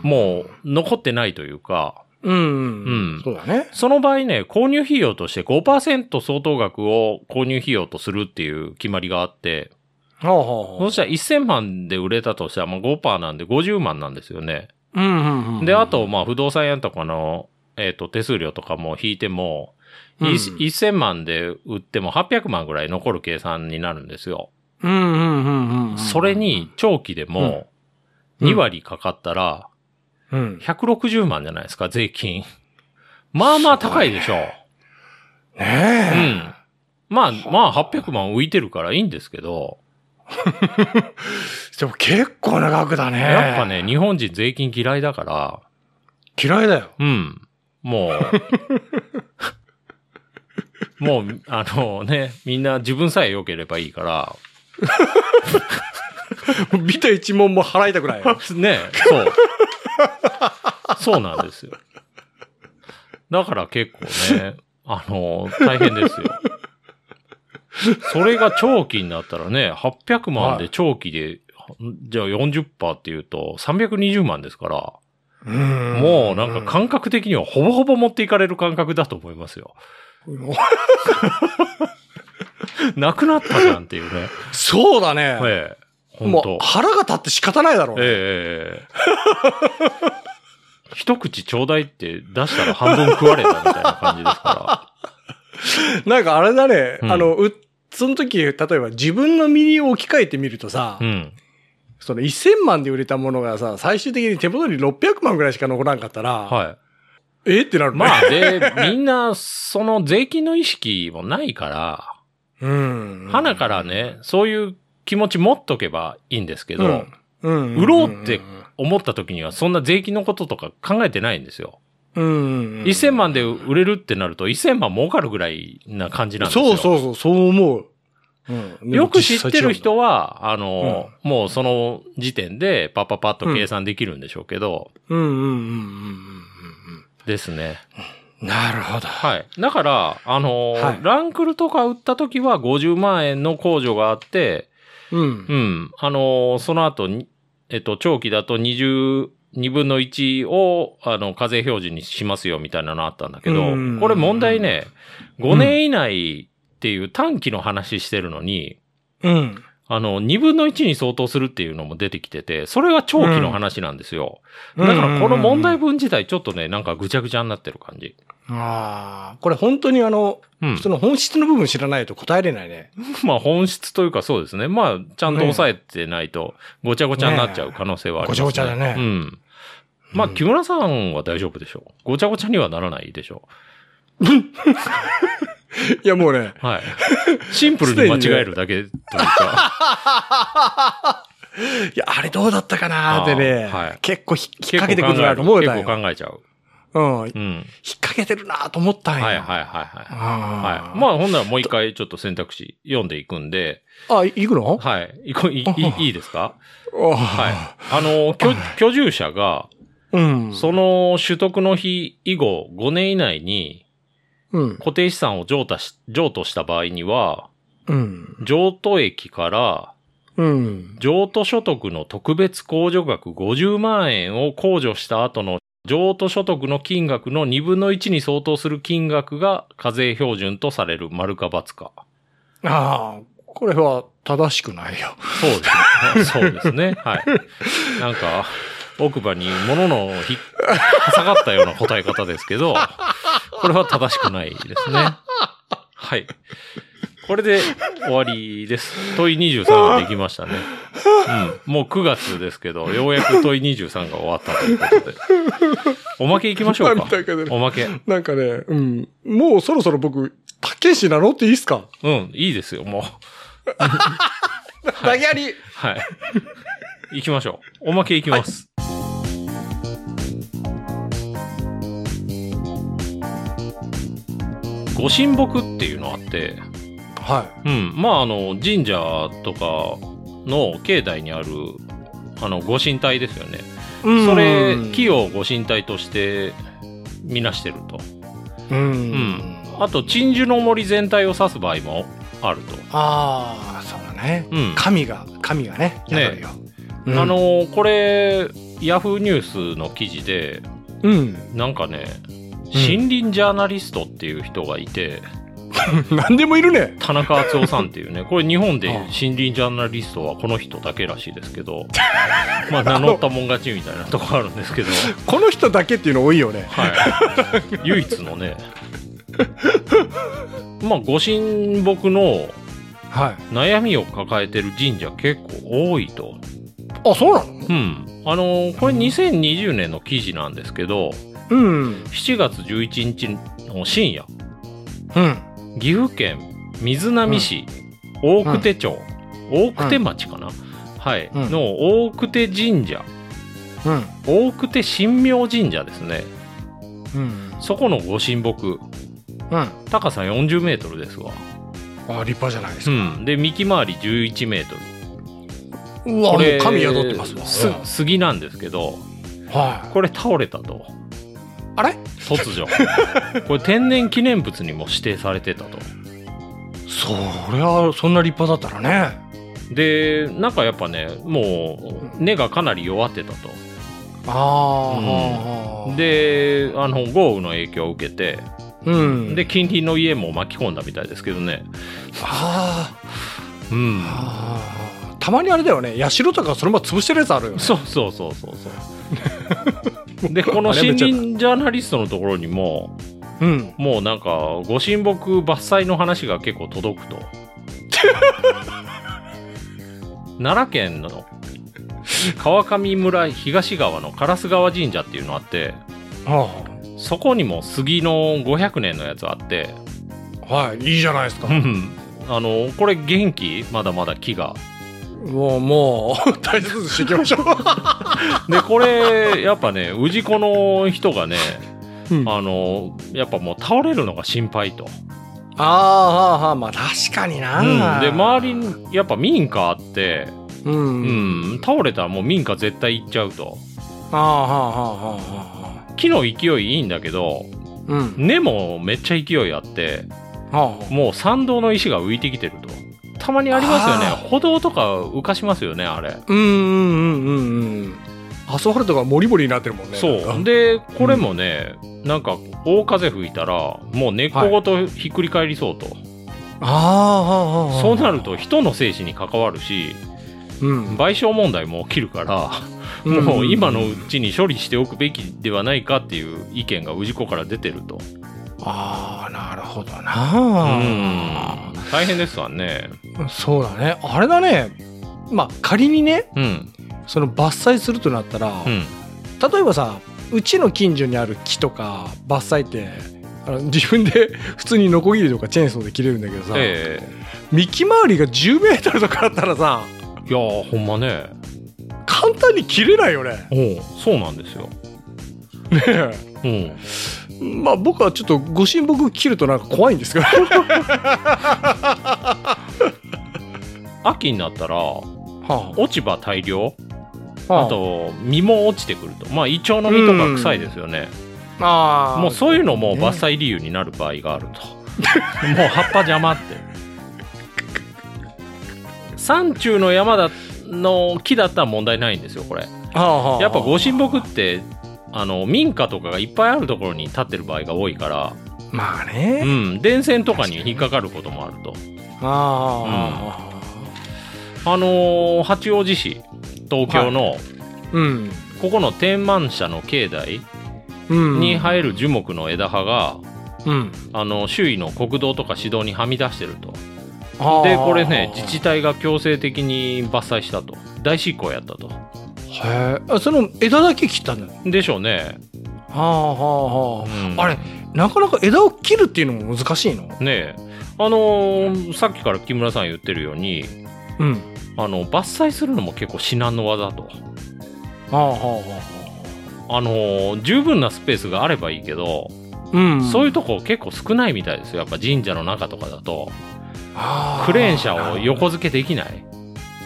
Speaker 2: ん。
Speaker 3: もう、残ってないというか、
Speaker 2: う。うん、
Speaker 3: うん
Speaker 2: そうだね。
Speaker 3: その場合ね、購入費用として5%相当額を購入費用とするっていう決まりがあって、
Speaker 2: はあ、はあ、
Speaker 3: そしたら1000万で売れたとしたら、まあ5%なんで50万なんですよね。
Speaker 2: うんうんうん。
Speaker 3: で、あと、まあ不動産屋とかの、えっ、と、手数料とかも引いても、い
Speaker 2: うん
Speaker 3: 1000万で売っても800万ぐらい残る計算になるんですよ。
Speaker 2: うんうんうんうんうん。
Speaker 3: それに、長期でも
Speaker 2: うん
Speaker 3: 2割かかったら
Speaker 2: うん。
Speaker 3: 160万じゃないですか、税金。 まあまあ高いでしょう。う
Speaker 2: ね
Speaker 3: ん。まあ、まあ800万浮いてるからいいんですけど、
Speaker 2: え。でも結構な額だね。
Speaker 3: やっぱ。ね、日本人税金嫌いだから、
Speaker 2: 嫌いだ よ。
Speaker 3: うん。もう、 もう、あのね、みんな自分さえ良ければいいから、
Speaker 4: 見た一問も払いたくないよ。
Speaker 3: ね、そう。そうなんですよ。だから結構ね、あの、大変ですよ。それが長期になったらね、800万で長期で、じゃあ40%っていうと320万ですから、
Speaker 2: うん
Speaker 3: もうなんか感覚的にはほぼほぼ持っていかれる感覚だと思いますよ。なくなったじゃんっていうね。
Speaker 4: そうだね。
Speaker 3: ええ。本
Speaker 4: も
Speaker 3: 当
Speaker 4: う。腹が立って仕方ないだろうね。
Speaker 3: え えええ一口ちょうだいって出したら半分食われたみたいな感じですか
Speaker 4: なんかあれだね、
Speaker 3: うん
Speaker 4: あの、う、その時、例えば自分の身に置き換えてみるとさ、
Speaker 3: ら。うん。
Speaker 4: その1000万で売れたものがさ、最終的に手元に600万ぐらいしか残らんかったら、
Speaker 3: はい。
Speaker 4: えってなるね。
Speaker 3: まあ、で、みんな、その税金の意識もないから、
Speaker 4: うん。
Speaker 3: 花からね、そういう気持ち持っとけばいいんですけど、
Speaker 4: うんうん、
Speaker 3: 売ろうって思った時にはそんな税金のこととか考えてないんですよ。
Speaker 4: うんうん。
Speaker 3: 1000万で売れるってなると、1000万儲かるぐらいな感じなんです
Speaker 4: そう
Speaker 3: よ。
Speaker 4: そうそう、そう思う。うん
Speaker 3: よく知ってる人は、あの、もうその時点でパッパッパッと計算できるんでしょうけど、
Speaker 2: うんうんうんうんうん
Speaker 3: ですね。
Speaker 2: うん。なるほど。
Speaker 3: はい。だから、あの、
Speaker 2: はい
Speaker 3: ランクルとか売った時は50万円の控除があって、
Speaker 2: うん
Speaker 3: う。ん。あの、その後に、えっと、長期だと20、2分の1を、あの、課税表示にしますよみたいなのあったんだけど
Speaker 4: うん、
Speaker 3: これ問題ね、5年以内っていう短期の話してるのに、
Speaker 2: うん。
Speaker 3: あの、二分の一に相当するっていうのも出てきてて、それは長期の話なんですよ。だからこの問題文自体ちょっとね、なんかぐちゃぐちゃになってる感じ。
Speaker 2: ああ、これ本当にあの、
Speaker 3: うん。
Speaker 2: その本質の部分知らないと答えれないね。
Speaker 3: まあ本質というかそうですね。まあ、ちゃんと抑えてないと、ごちゃごちゃになっちゃう可能性はあります、ね。
Speaker 2: ねえごちゃごちゃだね
Speaker 3: うん。まあ、木村さんは大丈夫でしょう。ごちゃごちゃにはならないでしょ
Speaker 4: いやもうね、
Speaker 3: う。 はい。シンプルに間違えるだけというか。
Speaker 4: いや、あれどうだったかなーってね、
Speaker 3: あーはい
Speaker 4: 結構ひ引っ
Speaker 3: 結構
Speaker 4: 掛けてくるなと思
Speaker 3: 考
Speaker 4: う
Speaker 3: え
Speaker 4: だよ。
Speaker 3: 結構考えちゃう。
Speaker 4: うん。引っ
Speaker 3: うん。
Speaker 4: 掛けてるなと思ったんや。
Speaker 3: はいはいはいはい。
Speaker 2: あ
Speaker 3: は
Speaker 2: あ
Speaker 3: い。まあ、ほんならもう一回ちょっと選択肢読んでいくんで、
Speaker 4: あ、い行くの
Speaker 3: はい。いこいいいいですかはい
Speaker 4: は。
Speaker 3: あの、居居住者が、
Speaker 4: い。うん。
Speaker 3: その取得の日以後5年以内に
Speaker 4: うん。
Speaker 3: 固定資産を譲渡し、譲渡した場合には、
Speaker 4: うん。
Speaker 3: 譲渡益から
Speaker 4: うん。
Speaker 3: 譲渡所得の特別控除額50万円を控除した後の譲渡所得の金額の2分の1に相当する金額が課税標準とされる丸か×か。
Speaker 2: ああ、これは正しくないよ。
Speaker 3: そうですね。 そうですね。はい。なんか、奥歯に物のひっ、下がったような答え方ですけど、これは正しくないですね。はい。これで終わりです。問い23ができましたね。うん。もう9月ですけど、ようやく問い23が終わったということで。おまけ行きましょうか
Speaker 4: なん。だけどね
Speaker 3: おまけ。
Speaker 4: なんかね、うん。もうそろそろ僕、たけしなのっていいっすか
Speaker 3: うん、いいですよ、もう。
Speaker 4: 投げやり
Speaker 3: はい。行きましょう。おまけ行きます。ご神木っていうのあって、
Speaker 2: は
Speaker 3: うん、まああの神社とかの境内にあるあのご神体ですよね。
Speaker 2: い。
Speaker 3: それ木をご神体としてみなしてると。
Speaker 2: うん。
Speaker 3: うん。あと鎮守の森全体を指す場合もあると。
Speaker 2: ああ、そうだね、
Speaker 3: うん
Speaker 2: 神が神がね
Speaker 3: ね
Speaker 2: 宿るよ、うん
Speaker 3: あのーこれヤフーニュースの記事で
Speaker 2: うん
Speaker 3: なんかね森林ジャーナリストっていう人がいて、
Speaker 2: 何でもいるね
Speaker 3: 田中敦夫さんっていうね、これ日本で
Speaker 2: ああ
Speaker 3: 森林ジャーナリストはこの人だけらしいですけど、 まあ名乗ったもん勝ちみたいなとこあるんですけど、
Speaker 2: この人だけっていうの多いよね
Speaker 3: はい。唯一のね、 まあご神木の
Speaker 2: はい
Speaker 3: 悩みを抱えてる神社結構多いと。
Speaker 2: あそうなの
Speaker 3: うん。あのーこれ2020年の記事なんですけど、
Speaker 2: うん
Speaker 3: 7月11日の深夜、
Speaker 2: うん
Speaker 3: 岐阜県水波市、大久手町、大久手町かな、はい、
Speaker 2: うん
Speaker 3: の大久手神社
Speaker 2: うん
Speaker 3: 大久手神明神社ですね
Speaker 2: うん
Speaker 3: そこのご神木
Speaker 2: うん
Speaker 3: 高さ4 0メートルですわ、
Speaker 2: あ立派じゃないです
Speaker 3: う
Speaker 2: か、
Speaker 3: ん、で幹回り1 1メートル
Speaker 2: うわもう神宿ってますわ
Speaker 3: す杉なんですけど
Speaker 2: は
Speaker 3: これ倒れたと
Speaker 2: いあれ
Speaker 3: 突 如これ天然記念物にも指定されてたと
Speaker 2: そりゃそんな立派だったらね
Speaker 3: でなんかやっぱねもう根がかなり弱ってたと
Speaker 2: ああ、
Speaker 3: うん
Speaker 2: はあはあ、
Speaker 3: であの豪雨の影響を受けて
Speaker 2: うん、
Speaker 3: で近隣の家も巻き込んだみたいですけどね
Speaker 2: あー
Speaker 3: うん
Speaker 2: あーたまにあれだよね社とかそのまま潰してるやつあるよね
Speaker 3: そうそうそうそう そうでこの森林ジャーナリストのところにも
Speaker 2: うん
Speaker 3: もうなんかご神木伐採の話が結構 届くと奈良県の川上村東側の烏川神社っていうのあって
Speaker 2: あ
Speaker 3: そこにも杉の500年のやつあって
Speaker 2: あはいいいじゃないですか
Speaker 3: うんあのこれ元気まだまだ木が
Speaker 2: もうもう 大切にしていきましょ
Speaker 3: でこれやっ ぱね氏子の人がね
Speaker 2: う、うん、あ
Speaker 3: あのやっぱもう倒れるのが心配と、
Speaker 2: あはあはあまあ確かにな、
Speaker 3: うんで周りにやっぱ民家あって、
Speaker 2: う、
Speaker 3: うんん、倒れたらもう民家絶対行っちゃうと
Speaker 2: ああはあはあはあはあ
Speaker 3: 木の勢いいいんだけど
Speaker 2: うん
Speaker 3: 根もめっちゃ勢いあって
Speaker 2: はあ
Speaker 3: もう参道の石が浮いてきてるとたまにありますよね
Speaker 2: あ
Speaker 3: 歩道とか浮かしますよねあれ
Speaker 2: うんうんうんうんうんアスファルトがモリモリになってるもんね
Speaker 3: そうでこれもね、なんか大風吹いたらもう根っこごとひっくり返りそうと、
Speaker 2: ああはあはあ
Speaker 3: そうなると人の生死に関わるし
Speaker 2: うん
Speaker 3: 賠償問題も起きるから、もう今のうちに処理しておくべきではないかっていう意見が氏子から出てると
Speaker 2: ああなるほど
Speaker 3: う
Speaker 2: なん
Speaker 3: 大変ですわね
Speaker 2: そうだねあれだねまあ仮にね
Speaker 3: うん
Speaker 2: その伐採するとなったら、
Speaker 3: うん
Speaker 2: 例えばさうちの近所にある木とか伐採ってあの自分で 普通にノコギリとかチェーンソーで切れるんだけどさ、
Speaker 3: え
Speaker 2: 幹回りが1 0メートルとかあったらさ
Speaker 3: えいやーほんまね
Speaker 2: 簡単に切れないよね。
Speaker 3: おうそうなんですよ
Speaker 2: ねえ
Speaker 3: うん
Speaker 2: まあ僕はちょっとご神木切るとなんか怖いんです けど
Speaker 3: 秋になったら
Speaker 2: は
Speaker 3: 落ち葉大量
Speaker 2: あは
Speaker 3: あと実も落ちてくるとまあイチョウの実とか臭いですよね、
Speaker 2: ああ
Speaker 3: もうそういうのも
Speaker 2: ね
Speaker 3: 伐採理由になる場合があると、もう葉っぱ邪魔って山中の山だの木だったら問題ないんですよこれ
Speaker 2: はあはあ
Speaker 3: やっぱご神木ってあの民家とかがいっぱいあるところに立ってる場合が多いから、
Speaker 2: まあ
Speaker 3: う
Speaker 2: ね、
Speaker 3: ん、電線とかに引っかかることもあると
Speaker 2: あああ
Speaker 3: あのー八王子市東京の、
Speaker 2: あうん
Speaker 3: ここの天満社の境内
Speaker 2: うん
Speaker 3: に生える樹木の枝葉が、
Speaker 2: うん
Speaker 3: あの周囲の国道とか市道にはみ出してると
Speaker 2: はあ
Speaker 3: でこれね自治体が強制的に伐採したと大執行やったと
Speaker 2: へえあその枝だけ切ったんだは
Speaker 3: でしょうね、
Speaker 2: あはあはあ
Speaker 3: うん
Speaker 2: あれなかなか枝を切るっていうのも難しいの
Speaker 3: ねえあのーさっきから木村さん言ってるように
Speaker 2: うん
Speaker 3: あの伐採するのも結構至難の技と
Speaker 2: はあはあは
Speaker 3: あのー十分なスペースがあればいいけど、
Speaker 2: あうん
Speaker 3: そういうとこ結構少ないみたいですよやっぱ神社の中とかだと
Speaker 2: ああ
Speaker 3: クレーン車を横付けできない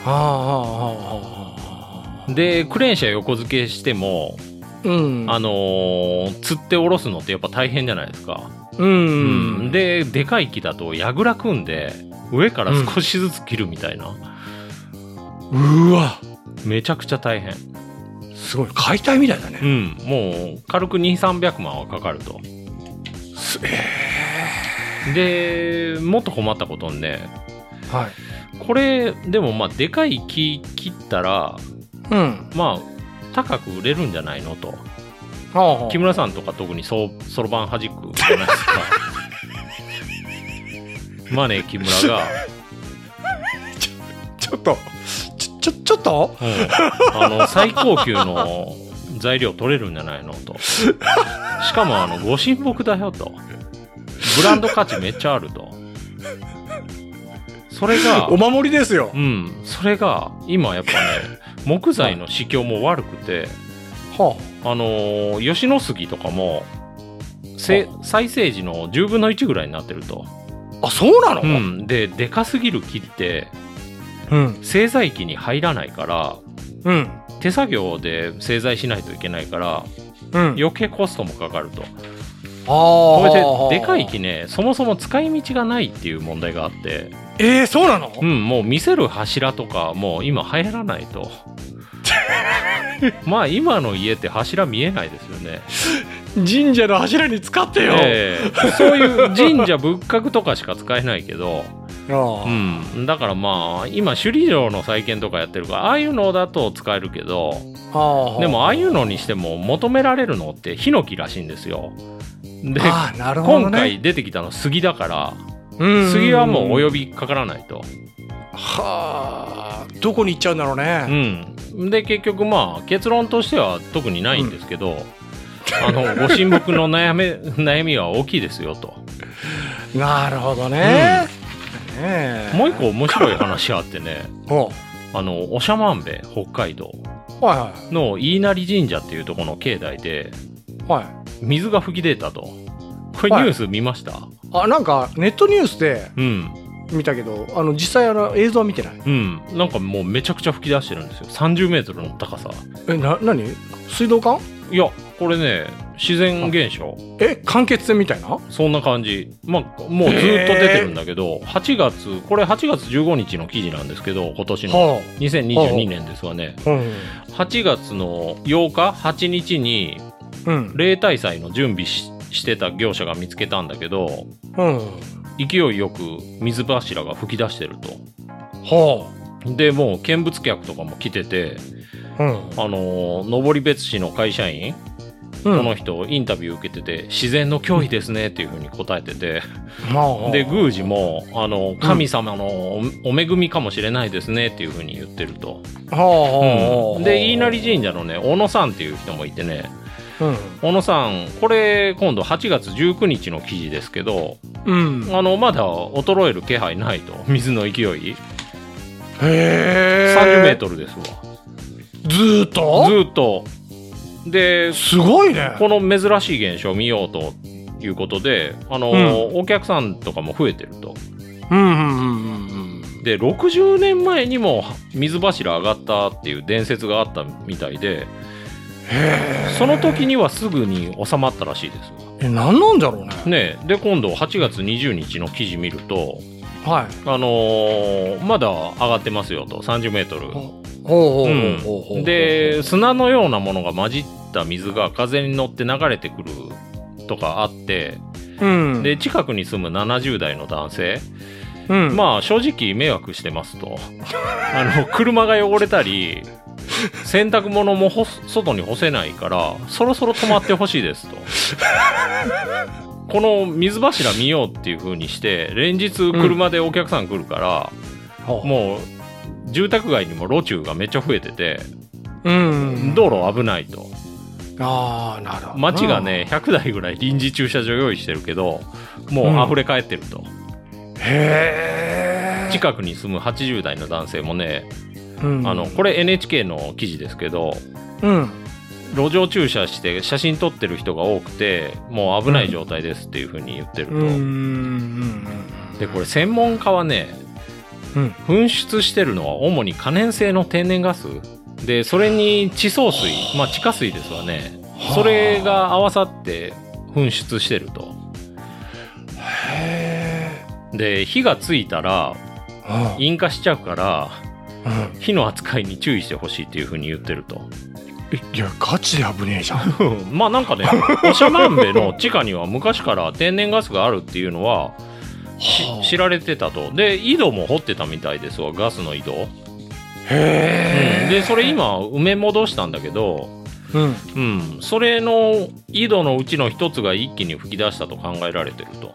Speaker 2: はあはあはあはあ
Speaker 3: でクレーン車横付けしても
Speaker 2: うん
Speaker 3: あのー釣って下ろすのってやっぱ大変じゃないですか
Speaker 2: うん
Speaker 3: うん、で、でかい木だと、やぐら組んで、上から少しずつ切るみたいな。
Speaker 2: うわ
Speaker 3: めちゃくちゃ大変。
Speaker 2: すごい解体みたいだ
Speaker 3: う
Speaker 2: ね、
Speaker 3: ん。もう、軽く2、300万はかかると。
Speaker 2: すえ
Speaker 3: で、もっと困ったことにね、
Speaker 2: ーはい
Speaker 3: これ、でもまあ、でかい木切ったら、
Speaker 2: うん
Speaker 3: まあ、高く売れるんじゃないのと。
Speaker 2: はあはあ
Speaker 3: 木村さんとか特にそうそろばんはじくじゃないですか まあね木村が、
Speaker 2: ちょっとちょちょちょっと
Speaker 3: うんあの最高級の材料取れるんじゃないのとしかもあのご神木だよとブランド価値めっちゃあるとそれが
Speaker 2: お守りですよ
Speaker 3: うんそれが今やっぱね木材の市況も悪くて
Speaker 2: は
Speaker 3: あのー吉野杉とかもせ再生時の10分の1ぐらいになってると
Speaker 2: ああそうなの
Speaker 3: うん、ででかすぎる木って
Speaker 2: うん
Speaker 3: 製材機に入らないから
Speaker 2: うん
Speaker 3: 手作業で製材しないといけないから
Speaker 2: うん
Speaker 3: 余計コストもかかると
Speaker 2: ああ
Speaker 3: こ
Speaker 2: はあ
Speaker 3: れ
Speaker 2: はあ
Speaker 3: ででかい木ねそもそも使い道がないっていう問題があって、
Speaker 2: えー、そうなの
Speaker 3: うん、もう見せる柱とかもう今入らない とまあ今の家って柱見えないですよね
Speaker 2: 神社の柱に使ってよ、
Speaker 3: ええそういう神社仏閣とかしか使えないけど
Speaker 2: ああ
Speaker 3: うん、だからまあ今首里城の再建とかやってるからああいうのだと使えるけど
Speaker 2: ああ
Speaker 3: でもああいうのにしても求められるのってヒノキらしいんですよで
Speaker 2: ああなるほど、ね、
Speaker 3: 今回出てきたの杉だから
Speaker 2: うんうんうん
Speaker 3: 杉はもうお呼びかからないと
Speaker 2: はあどこに行っちゃうんだろうね、
Speaker 3: うんで結局まあ結論としては特にないんですけど、あ のご神木の悩め悩みは大きいですよと
Speaker 2: なるほどね。ねえ
Speaker 3: もう一個面白い話あってね
Speaker 2: ほ
Speaker 3: あの長万部北海道
Speaker 2: うは
Speaker 3: の飯成神社っていうところの境内で
Speaker 2: いはいは
Speaker 3: 水が噴き出たとこれニ
Speaker 2: はい
Speaker 3: ュース見ました、
Speaker 2: い。あなんかネットニュースで
Speaker 3: うん
Speaker 2: 見たけどあの実際あの映像は見てない。
Speaker 3: うんなんかもうめちゃくちゃ噴き出してるんですよ3 0ルの高さ
Speaker 2: えな何水道管？
Speaker 3: いやこれね自然現象
Speaker 2: え間欠泉みたいな？
Speaker 3: そんな感じまあもうずっと出てるんだけど8月これ8月15日の記事なんですけど今年の
Speaker 2: は
Speaker 3: 2022年ですわね
Speaker 2: あ。うん
Speaker 3: 8月の8日8日に
Speaker 2: うん
Speaker 3: 例大祭の準備ししてた業者が見つけたんだけど
Speaker 2: うん。
Speaker 3: 勢いよく水柱が噴き出してると
Speaker 2: は
Speaker 3: でもう見物客とかも来てて、
Speaker 2: あ。うん
Speaker 3: あのー登別市の会社員、
Speaker 2: うん
Speaker 3: この人インタビュー受けてて自然の脅威ですねっていうふうに答えてて、
Speaker 2: まあ
Speaker 3: で宮司も、あの神様のおお恵みかもしれないですねっていうふうに言ってると、
Speaker 2: はあはあ
Speaker 3: うんで飯成神社のね小野さんっていう人もいてね小野さんこれ今度8月19日の記事ですけど
Speaker 2: うんうん
Speaker 3: あのまだ衰える気配ないと水の勢い
Speaker 2: へえ。
Speaker 3: 30メートルですわ、
Speaker 2: ずーっと？
Speaker 3: ずーっとです
Speaker 2: ごいね。
Speaker 3: この珍しい現象を見ようということで、あの
Speaker 2: う
Speaker 3: お客さんとかも増えてると。
Speaker 2: うんうんうんうん
Speaker 3: で、60年前にも水柱上がったっていう伝説があったみたいで、その時にはすぐに収まったらしいですわ。
Speaker 2: え何なんだろうね。
Speaker 3: ねえで、今度8月20日の記事見ると、
Speaker 2: はい。
Speaker 3: あのーまだ上がってますよと、30メートル。
Speaker 2: ほうほう
Speaker 3: う
Speaker 2: ほうほうほう。
Speaker 3: ん、で、砂のようなものが混じった水が風に乗って流れてくるとかあって、
Speaker 2: うん、
Speaker 3: で近くに住む70代の男性、
Speaker 2: うん、
Speaker 3: まあ正直迷惑してますとあの車が汚れたり洗濯物も干す外に干せないからそろそろ止まってほしいですとこの水柱見ようっていう風にして連日車でお客さん来るから、
Speaker 2: ほう
Speaker 3: もう住宅街にも路中がめっちゃ増えてて
Speaker 2: うん、
Speaker 3: 道路危ないと
Speaker 2: ああなるほどな
Speaker 3: 街がね100台ぐらい臨時駐車場用意してるけどもう溢れ返ってると。
Speaker 2: へえ、
Speaker 3: 近くに住む80代の男性もね、
Speaker 2: うん、
Speaker 3: あのこれ NHK の記事ですけど
Speaker 2: うん
Speaker 3: 路上駐車して写真撮ってる人が多くてもう危ない状態ですっていうふうに言ってると、
Speaker 2: うんうんうん
Speaker 3: でこれ専門家はね、
Speaker 2: うん
Speaker 3: 噴出してるのは主に可燃性の天然ガスでそれに地層水まあ地下水ですわね
Speaker 2: はあ
Speaker 3: それが合わさって噴出してるとで、火がついたら、
Speaker 2: うん
Speaker 3: 引火しちゃうから、
Speaker 2: うん
Speaker 3: 火の扱いに注意してほしいっていうふうに言ってると。
Speaker 2: えいやガチで危ねえじゃん
Speaker 3: うんまあなんかね、おしゃまんべの地下には昔から天然ガスがあるっていうのは し
Speaker 2: はあ
Speaker 3: 知られてたと。で、井戸も掘ってたみたいですわ、ガスの井戸。
Speaker 2: へえ
Speaker 3: で、それ今埋め戻したんだけど、
Speaker 2: うん
Speaker 3: うん、それの井戸のうちの一つが一気に噴き出したと考えられてると。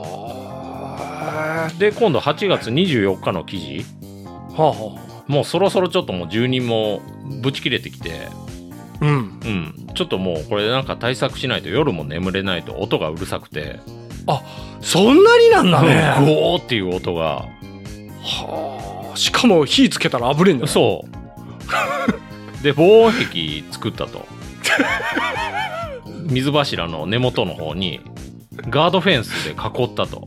Speaker 2: はあ
Speaker 3: で、今度8月24日の記事、
Speaker 2: はあは
Speaker 3: もうそろそろちょっともう住人もぶち切れてきて、
Speaker 2: あうん
Speaker 3: うん、ちょっともうこれなんか対策しないと夜も眠れないと音がうるさくて、
Speaker 2: そんなになんだ
Speaker 3: うん
Speaker 2: ね、
Speaker 3: ゴーっていう音が、
Speaker 2: はあしかも火つけたら危ねえんだよ
Speaker 3: そう。 で、防音壁作った と。水柱の根元の方に、ガードフェンスで囲ったと。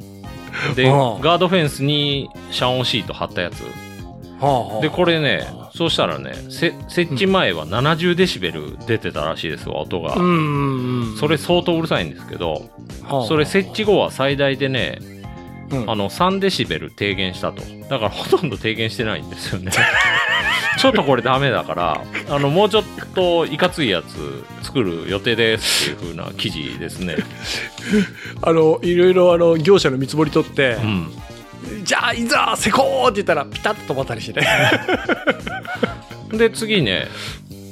Speaker 3: で、
Speaker 2: うん
Speaker 3: ガードフェンスに遮音シート貼ったやつ。
Speaker 2: はあはあ
Speaker 3: で、これね、そうしたらね、せ設置前は70デシベル出てたらしいですわ、音が
Speaker 2: う。ん
Speaker 3: それ相当うるさいんですけど、それ設置後は最大でね、
Speaker 2: うん
Speaker 3: あの3デシベル低減したとだからほとんど低減してないんですよね ちょっとこれダメだからあのもうちょっといかついやつ作る予定ですっていう風な記事ですね
Speaker 2: あのいろいろあの業者の見積もり取って
Speaker 3: う、ん
Speaker 2: じゃあいざ施工って言ったらピタッと止まったりしてね、
Speaker 3: で次ね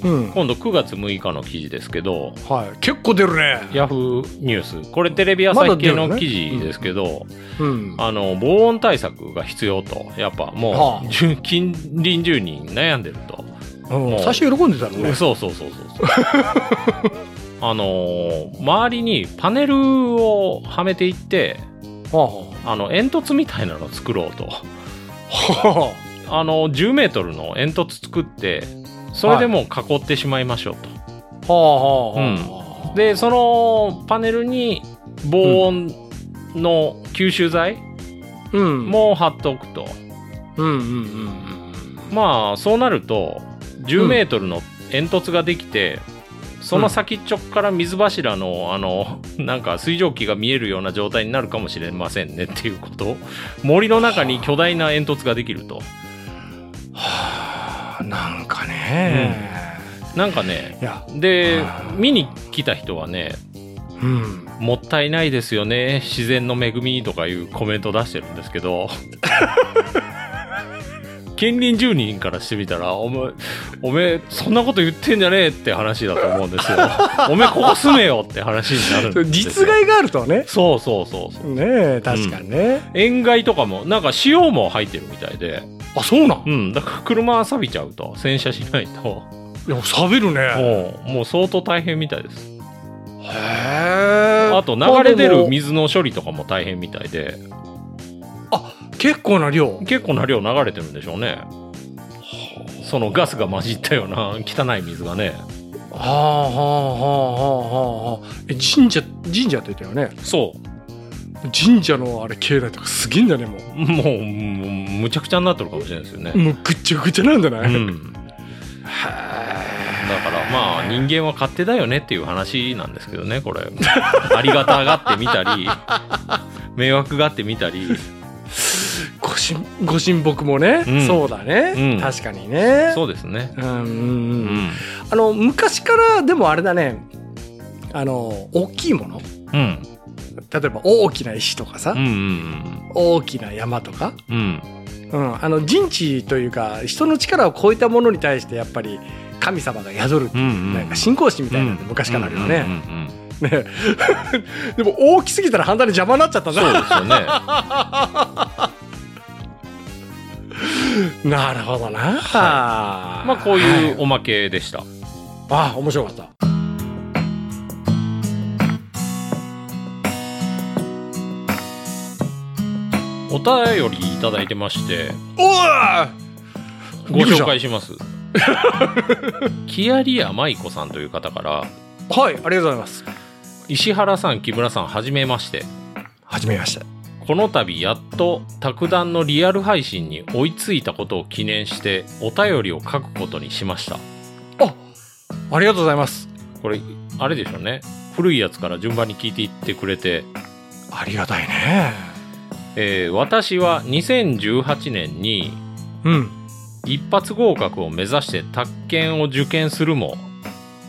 Speaker 2: うん
Speaker 3: 今度9月6日の記事ですけど
Speaker 2: はい、結構出るね
Speaker 3: ヤフーニュースこれテレビ朝日系の記事ですけど、
Speaker 2: うん
Speaker 3: あの防音対策が必要とやっぱも
Speaker 2: は
Speaker 3: う、
Speaker 2: あ
Speaker 3: 住近隣住人悩んでると
Speaker 2: うん
Speaker 3: もう
Speaker 2: 最初喜んでたのね
Speaker 3: そうそうそうそうそうあのー周りにパネルをはめていって
Speaker 2: は
Speaker 3: あの煙突みたいなのを作ろうと
Speaker 2: あは
Speaker 3: あの10メートルの煙突作ってそれでもう囲ってしまいましょう
Speaker 2: あ
Speaker 3: と、
Speaker 2: はあはあはあ
Speaker 3: でそのパネルに防音の吸収材
Speaker 2: うん
Speaker 3: も貼っておくと、
Speaker 2: うんうんうんうん
Speaker 3: まあそうなると
Speaker 2: う
Speaker 3: 10
Speaker 2: ん
Speaker 3: メートルの煙突ができて、その先っちょから水柱のあのなんか水蒸気が見えるような状態になるかもしれませんねっていうこと森の中に巨大な煙突ができると
Speaker 2: はあなんかね、
Speaker 3: なんかね
Speaker 2: いや
Speaker 3: で
Speaker 2: はあ
Speaker 3: 見に来た人はね
Speaker 2: うん
Speaker 3: 「もったいないですよね自然の恵み」とかいうコメント出してるんです けど近隣住人からしてみたら「おめおめそんなこと言ってんじゃねえ」って話だと思うんですよ 「おめここ住めよ」って話になるんですよ
Speaker 2: 実害があるとはね
Speaker 3: そうそうそうそう
Speaker 2: ねえ確かにね、
Speaker 3: 塩害とかもなんか塩も入ってるみたいで
Speaker 2: あそうなん
Speaker 3: うんだから車は錆びちゃうと洗車しない と
Speaker 2: いや錆びるね
Speaker 3: もうもう相当大変みたいです
Speaker 2: へえ
Speaker 3: あと流れ出る水の処理とかも大変みたいで
Speaker 2: 結構な量
Speaker 3: 結構な量流れてるんでしょうねそのガスが混じったような汚い水がね
Speaker 2: はあはあはあはあはあえ神社神社って言ったよね
Speaker 3: そう
Speaker 2: 神社のあれ境内とかすげえんだねも
Speaker 3: もうもうむちゃくちゃになってるかもしれないですよね
Speaker 2: う、もうぐっちゃぐちゃなんじゃな
Speaker 3: う
Speaker 2: い、
Speaker 3: ん、だからまあ人間は勝手だよねっていう話なんですけどねこれありがたがってみた り迷惑がってみたり
Speaker 2: ごしご神木もね、
Speaker 3: うん
Speaker 2: そうだね、
Speaker 3: うん
Speaker 2: 確かにね
Speaker 3: そうですね
Speaker 2: うんうん
Speaker 3: う
Speaker 2: うん
Speaker 3: ん
Speaker 2: あの昔からでもあれだねあの大きいもの
Speaker 3: うん
Speaker 2: 例えば大きな石とかさ、
Speaker 3: うんうん
Speaker 2: 大きな山とか、
Speaker 3: うんうん
Speaker 2: うん、あの人知というか人の力を超えたものに対してやっぱり神様が宿るって
Speaker 3: う
Speaker 2: い
Speaker 3: ん
Speaker 2: う
Speaker 3: う
Speaker 2: なん
Speaker 3: ん
Speaker 2: か信仰心みたいなのって昔からあるよね、ねでも大きすぎたら反対に邪魔になっちゃった
Speaker 3: うんうんうんうんそう
Speaker 2: な
Speaker 3: ですよね
Speaker 2: なるほどな、
Speaker 3: まあこう
Speaker 2: は
Speaker 3: いうおまけでした
Speaker 2: あ面白かった
Speaker 3: お便りいただいてまして
Speaker 2: お
Speaker 3: ご紹介します。キアリア舞子さんという方から、
Speaker 2: おはいありがとうございます
Speaker 3: 石原さん、木村さん、はじめまして。
Speaker 2: はじめまして
Speaker 3: この度やっと卓談のリアル配信に追いついたことを記念してお便りを書くことにしました。
Speaker 2: ありがとうございます
Speaker 3: これ、あれでしょうね。古いやつから順番に聞いていってくれて、
Speaker 2: ありがたいね
Speaker 3: えー私は2018年に
Speaker 2: うん
Speaker 3: 一発合格を目指して宅建を受験するも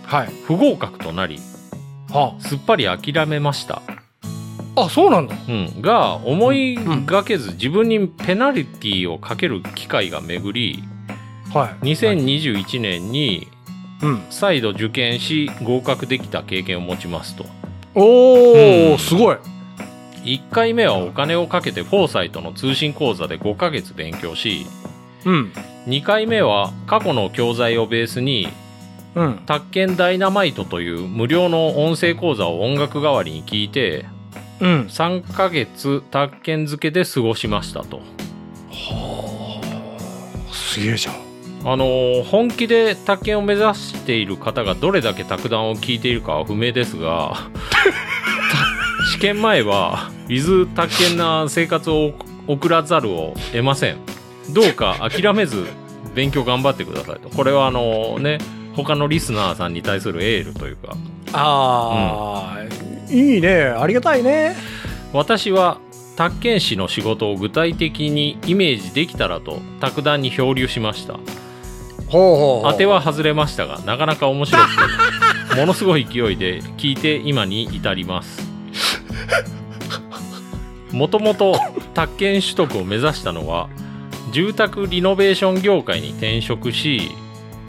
Speaker 2: はい
Speaker 3: 不合格となり
Speaker 2: は
Speaker 3: すっぱり諦めました、
Speaker 2: ああそうなんだ
Speaker 3: うん、が思いがけず自分にペナルティをかける機会が巡り
Speaker 2: はい
Speaker 3: 2021年に
Speaker 2: うん
Speaker 3: 再度受験し合格できた経験を持ちますと
Speaker 2: おお、
Speaker 3: うん
Speaker 2: すごい
Speaker 3: 1回目はお金をかけてフォーサイトの通信講座で5ヶ月勉強し
Speaker 2: うん
Speaker 3: 2回目は過去の教材をベースに
Speaker 2: うん
Speaker 3: 宅建ダイナマイトという無料の音声講座を音楽代わりに聞いて
Speaker 2: うん
Speaker 3: 3ヶ月宅建漬けで過ごしましたと
Speaker 2: はあすげえじゃん
Speaker 3: あのー本気で宅建を目指している方がどれだけ卓談を聞いているかは不明ですが た試験前は伊豆宅建な生活を送らざるを得ませんどうか諦めず勉強頑張ってくださいとこれはあのーね他のリスナーさんに対するエールというか
Speaker 2: ああ、いいねありがたいね
Speaker 3: 私は宅建師の仕事を具体的にイメージできたらと卓談に漂流しました
Speaker 2: ほうほうほう
Speaker 3: 当ては外れましたがなかなか面白くものすごい勢いで聞いて今に至りますもともと宅建取得を目指したのは住宅リノベーション業界に転職し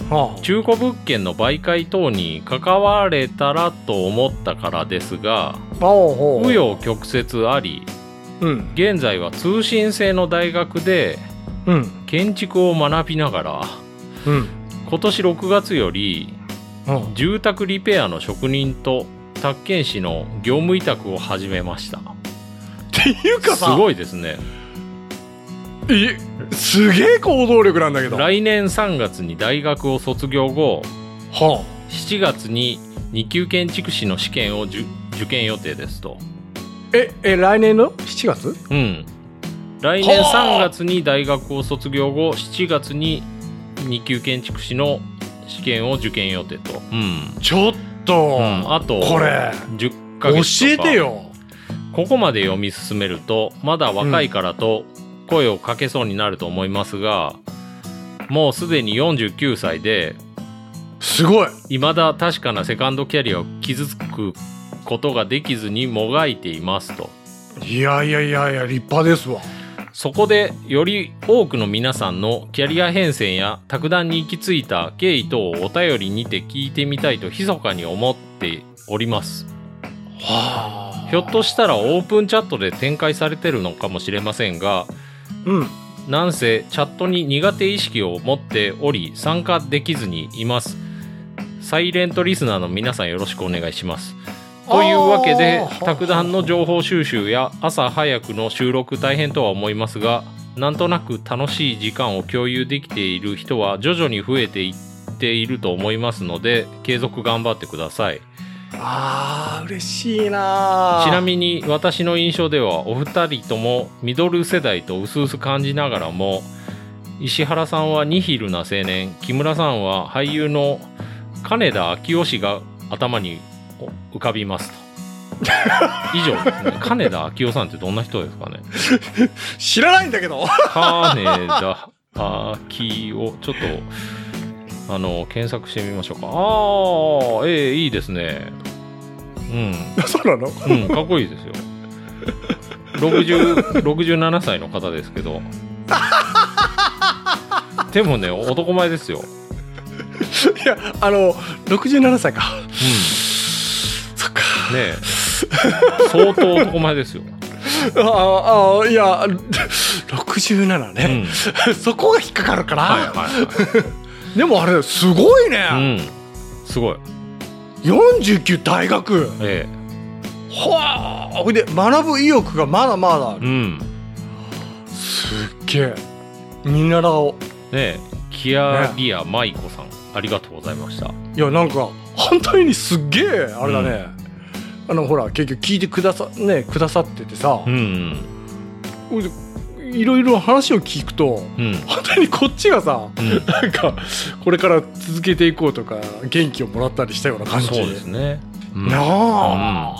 Speaker 2: はあ
Speaker 3: 中古物件の媒介等に関われたらと思ったからですが
Speaker 2: ほうほう
Speaker 3: 紆余曲折あり
Speaker 2: うん
Speaker 3: 現在は通信制の大学で
Speaker 2: うん
Speaker 3: 建築を学びながら
Speaker 2: うん
Speaker 3: 今年6月より
Speaker 2: うん
Speaker 3: 住宅リペアの職人と宅建士の業務委託を始めました
Speaker 2: っていうか
Speaker 3: す
Speaker 2: さ
Speaker 3: ごいですね
Speaker 2: えすげえ行動力なんだけど
Speaker 3: 来年3月に大学を卒業後
Speaker 2: は
Speaker 3: 7月に2級建築士の試験を受受験予定ですと
Speaker 2: あええ来年の7月
Speaker 3: うん来年3月に大学を卒業後7月に2級建築士の試験を受験予定とうん
Speaker 2: ちょっと、
Speaker 3: うんあと
Speaker 2: これ
Speaker 3: 10ヶ
Speaker 2: 教
Speaker 3: 月
Speaker 2: え
Speaker 3: とか
Speaker 2: てよ
Speaker 3: ここまで読み進めるとまだ若いからと声をかけそうになると思いますが、もうすでに49歳です
Speaker 2: ごい
Speaker 3: 未だ確かなセカンドキャリアを傷つくことができずにもがいていますと
Speaker 2: いやいやいやいや立派ですわ
Speaker 3: そこでより多くの皆さんのキャリア変遷や卓談に行き着いた経緯等をお便りにて聞いてみたいと密かに思っております
Speaker 2: はあ
Speaker 3: ひょっとしたらオープンチャットで展開されてるのかもしれませんが
Speaker 2: うん
Speaker 3: なんせチャットに苦手意識を持っており参加できずにいますサイレントリスナーの皆さんよろしくお願いしますというわけで
Speaker 2: あー
Speaker 3: 卓談の情報収集や朝早くの収録大変とは思いますがなんとなく楽しい時間を共有できている人は徐々に増えていっていると思いますので継続頑張ってください
Speaker 2: ああ嬉しいな
Speaker 3: ちな
Speaker 2: に
Speaker 3: みに私の印象ではお二人ともミドル世代と薄々感じながらも石原さんはニヒルな青年木村さんは俳優の金田明夫氏が頭に浮かびますと以上ですね金田明夫さんってどんな人ですかね
Speaker 2: 知らないんだけ ど
Speaker 3: 金田明夫ちょっとあの検索してみましょうかああええいいですねうん
Speaker 2: そうなの
Speaker 3: うん、かっこいいですよ。60 67歳の方ですけど。でもね、男前ですよ。
Speaker 2: いやあの67歳か
Speaker 3: う
Speaker 2: そっか
Speaker 3: ん、ねえ相当男前ですよ。
Speaker 2: ああいや67
Speaker 3: うん、
Speaker 2: ね、そこが引っかかるから、
Speaker 3: はいは
Speaker 2: でもあれすごいね、
Speaker 3: いはい。うん、すごい。
Speaker 2: 49大学
Speaker 3: え
Speaker 2: はあほいで学ぶ意欲がまだまだあ
Speaker 3: え、う
Speaker 2: る
Speaker 3: ん。
Speaker 2: すっげえ見習おう
Speaker 3: ねえキアリア舞子さん、ありがとうございました。
Speaker 2: いやなんか反対にすっげえあれだね、あのほら結局聞いてくださ,、ね、くださっててさ、
Speaker 3: うん、
Speaker 2: ほいでいろいろ話を聞くと
Speaker 3: うん、うん。
Speaker 2: 反対にこっちがさ
Speaker 3: うん
Speaker 2: なんかこれから続けていこうとか元気をもらったりしたような感じ
Speaker 3: そうですね。うん
Speaker 2: なあ、うは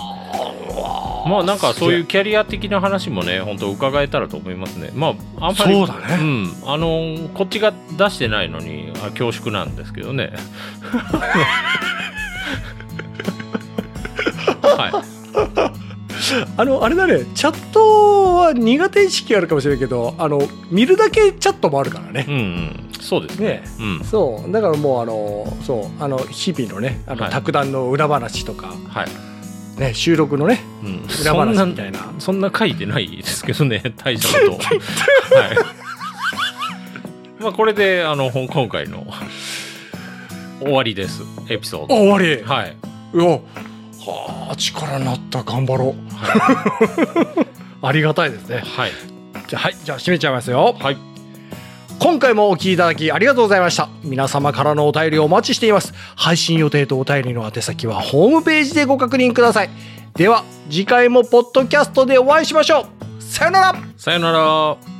Speaker 2: あ
Speaker 3: まあなんかそういう
Speaker 2: す
Speaker 3: キャリア的な話もね、本当伺えたらと思いますね。まあ、あんまり。
Speaker 2: そうだね
Speaker 3: うん。あの、こっちが出してないのに、あ恐縮なんですけどね。 はい。
Speaker 2: げえあのあれだねチャットは苦手意識あるかもしれないけどあの見るだけチャットもあるからね
Speaker 3: うん、うん。そうですね。
Speaker 2: ね
Speaker 3: うん。
Speaker 2: そうだからもうあのそうあの日々のねあの
Speaker 3: はい
Speaker 2: 卓談の裏話とか、
Speaker 3: はい。
Speaker 2: ね、収録のね
Speaker 3: うん。
Speaker 2: 裏
Speaker 3: そん
Speaker 2: 話
Speaker 3: な
Speaker 2: みたいな
Speaker 3: そんな書いてないですけどね、大したこと。はい。まあ、これで、あの、ほん今回の終わりです、エピソー
Speaker 2: あ
Speaker 3: ド。
Speaker 2: 終わり、
Speaker 3: はい。
Speaker 2: うわはあ力になった頑張ろう
Speaker 3: は
Speaker 2: ありがたいですね
Speaker 3: い。
Speaker 2: じゃあはいじゃあ締めちゃいますよ
Speaker 3: はい。
Speaker 2: 今回もお聞きいただきありがとうございました皆様からのお便りをお待ちしています配信予定とお便りの宛先はホームページでご確認くださいでは次回もポッドキャストでお会いしましょうさよなら
Speaker 3: さよなら。